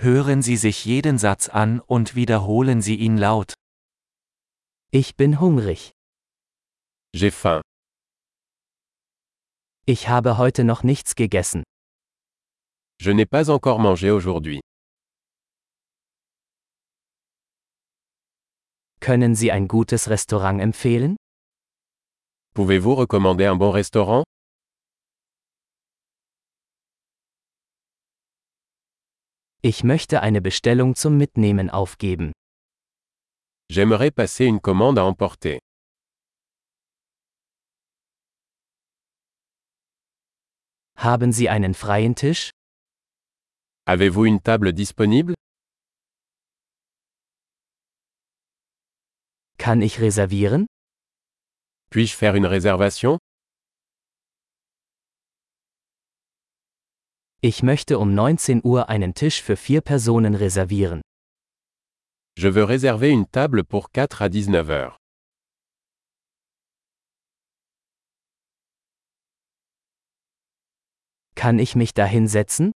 Hören Sie sich jeden Satz an und wiederholen Sie ihn laut. Ich bin hungrig. J'ai faim. Ich habe heute noch nichts gegessen. Je n'ai pas encore mangé aujourd'hui. Können Sie ein gutes Restaurant empfehlen? Pouvez-vous recommander un bon restaurant Ich möchte eine Bestellung zum Mitnehmen aufgeben. J'aimerais passer une commande à emporter. Haben Sie einen freien Tisch? Avez-vous une table disponible Kann ich reservieren? Puis-je faire une réservation Ich möchte um 19 Uhr einen Tisch für vier Personen reservieren. Je veux réserver une table pour 4 à 19 heures. Kann ich mich da hinsetzen?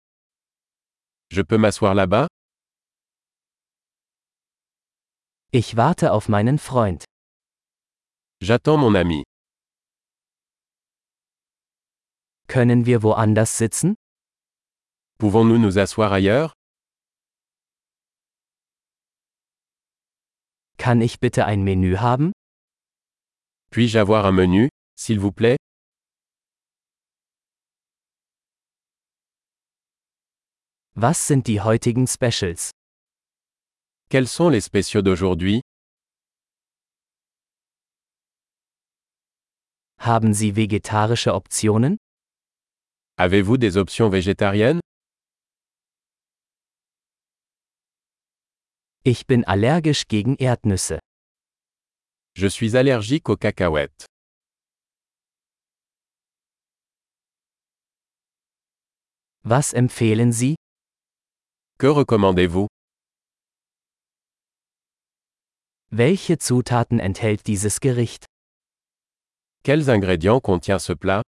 Je peux m'asseoir là-bas Ich warte auf meinen Freund. J'attends mon ami. Können wir woanders sitzen? Pouvons-nous nous asseoir ailleurs Kann ich bitte ein Menü haben? Puis-je avoir un menu, s'il vous plaît Was sind die heutigen Specials? Quels sont les spéciaux d'aujourd'hui Haben Sie vegetarische Optionen? Avez-vous des options végétariennes Ich bin allergisch gegen Erdnüsse. Je suis allergique aux cacahuètes. Was empfehlen Sie? Que recommandez-vous Welche Zutaten enthält dieses Gericht? Quels ingrédients contient ce plat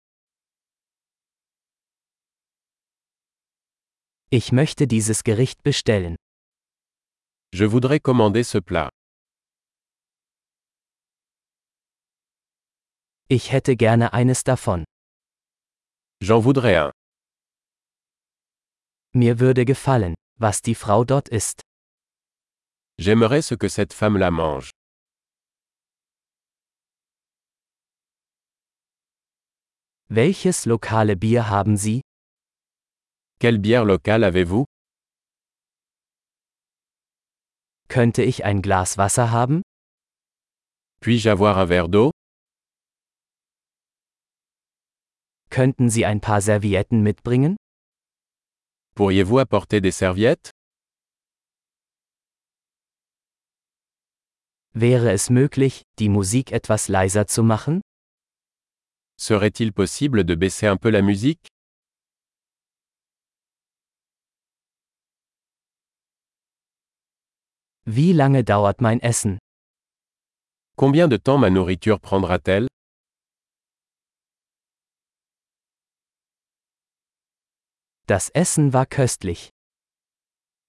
Ich möchte dieses Gericht bestellen. Je voudrais commander ce plat. Ich hätte gerne eines davon. J'en voudrais un. Mir würde gefallen, was die Frau dort isst. J'aimerais ce que cette femme la mange. Welches lokale Bier haben Sie? Quelle bière locale avez-vous Könnte ich ein Glas Wasser haben? Puis-je avoir un verre d'eau Könnten Sie ein paar Servietten mitbringen? Pourriez-vous apporter des serviettes Wäre es möglich, die Musik etwas leiser zu machen? Serait-il possible de baisser un peu la musique Wie lange dauert mein Essen? Combien de temps ma nourriture prendra-t-elle Das Essen war köstlich.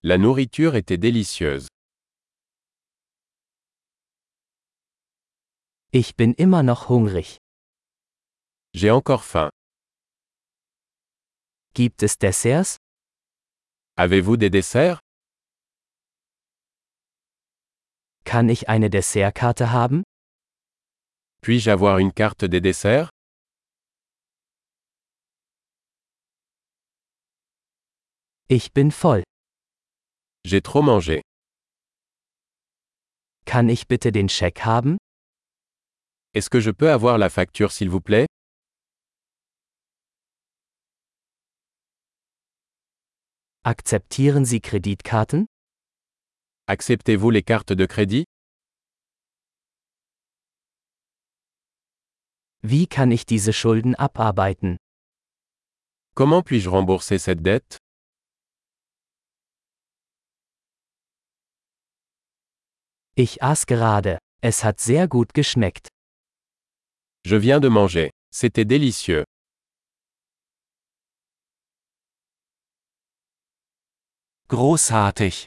La nourriture était délicieuse. Ich bin immer noch hungrig. J'ai encore faim. Gibt es Desserts? Avez-vous des desserts Kann ich eine Dessertkarte haben? Puis-je avoir une carte des desserts Ich bin voll. J'ai trop mangé. Kann ich bitte den Scheck haben? Est-ce que je peux avoir la facture s'il vous plaît Akzeptieren Sie Kreditkarten? Acceptez-vous les cartes de crédit Wie kann ich diese Schulden abarbeiten? Comment puis-je rembourser cette dette Ich aß gerade. Es hat sehr gut geschmeckt. Je viens de manger. C'était délicieux. Großartig!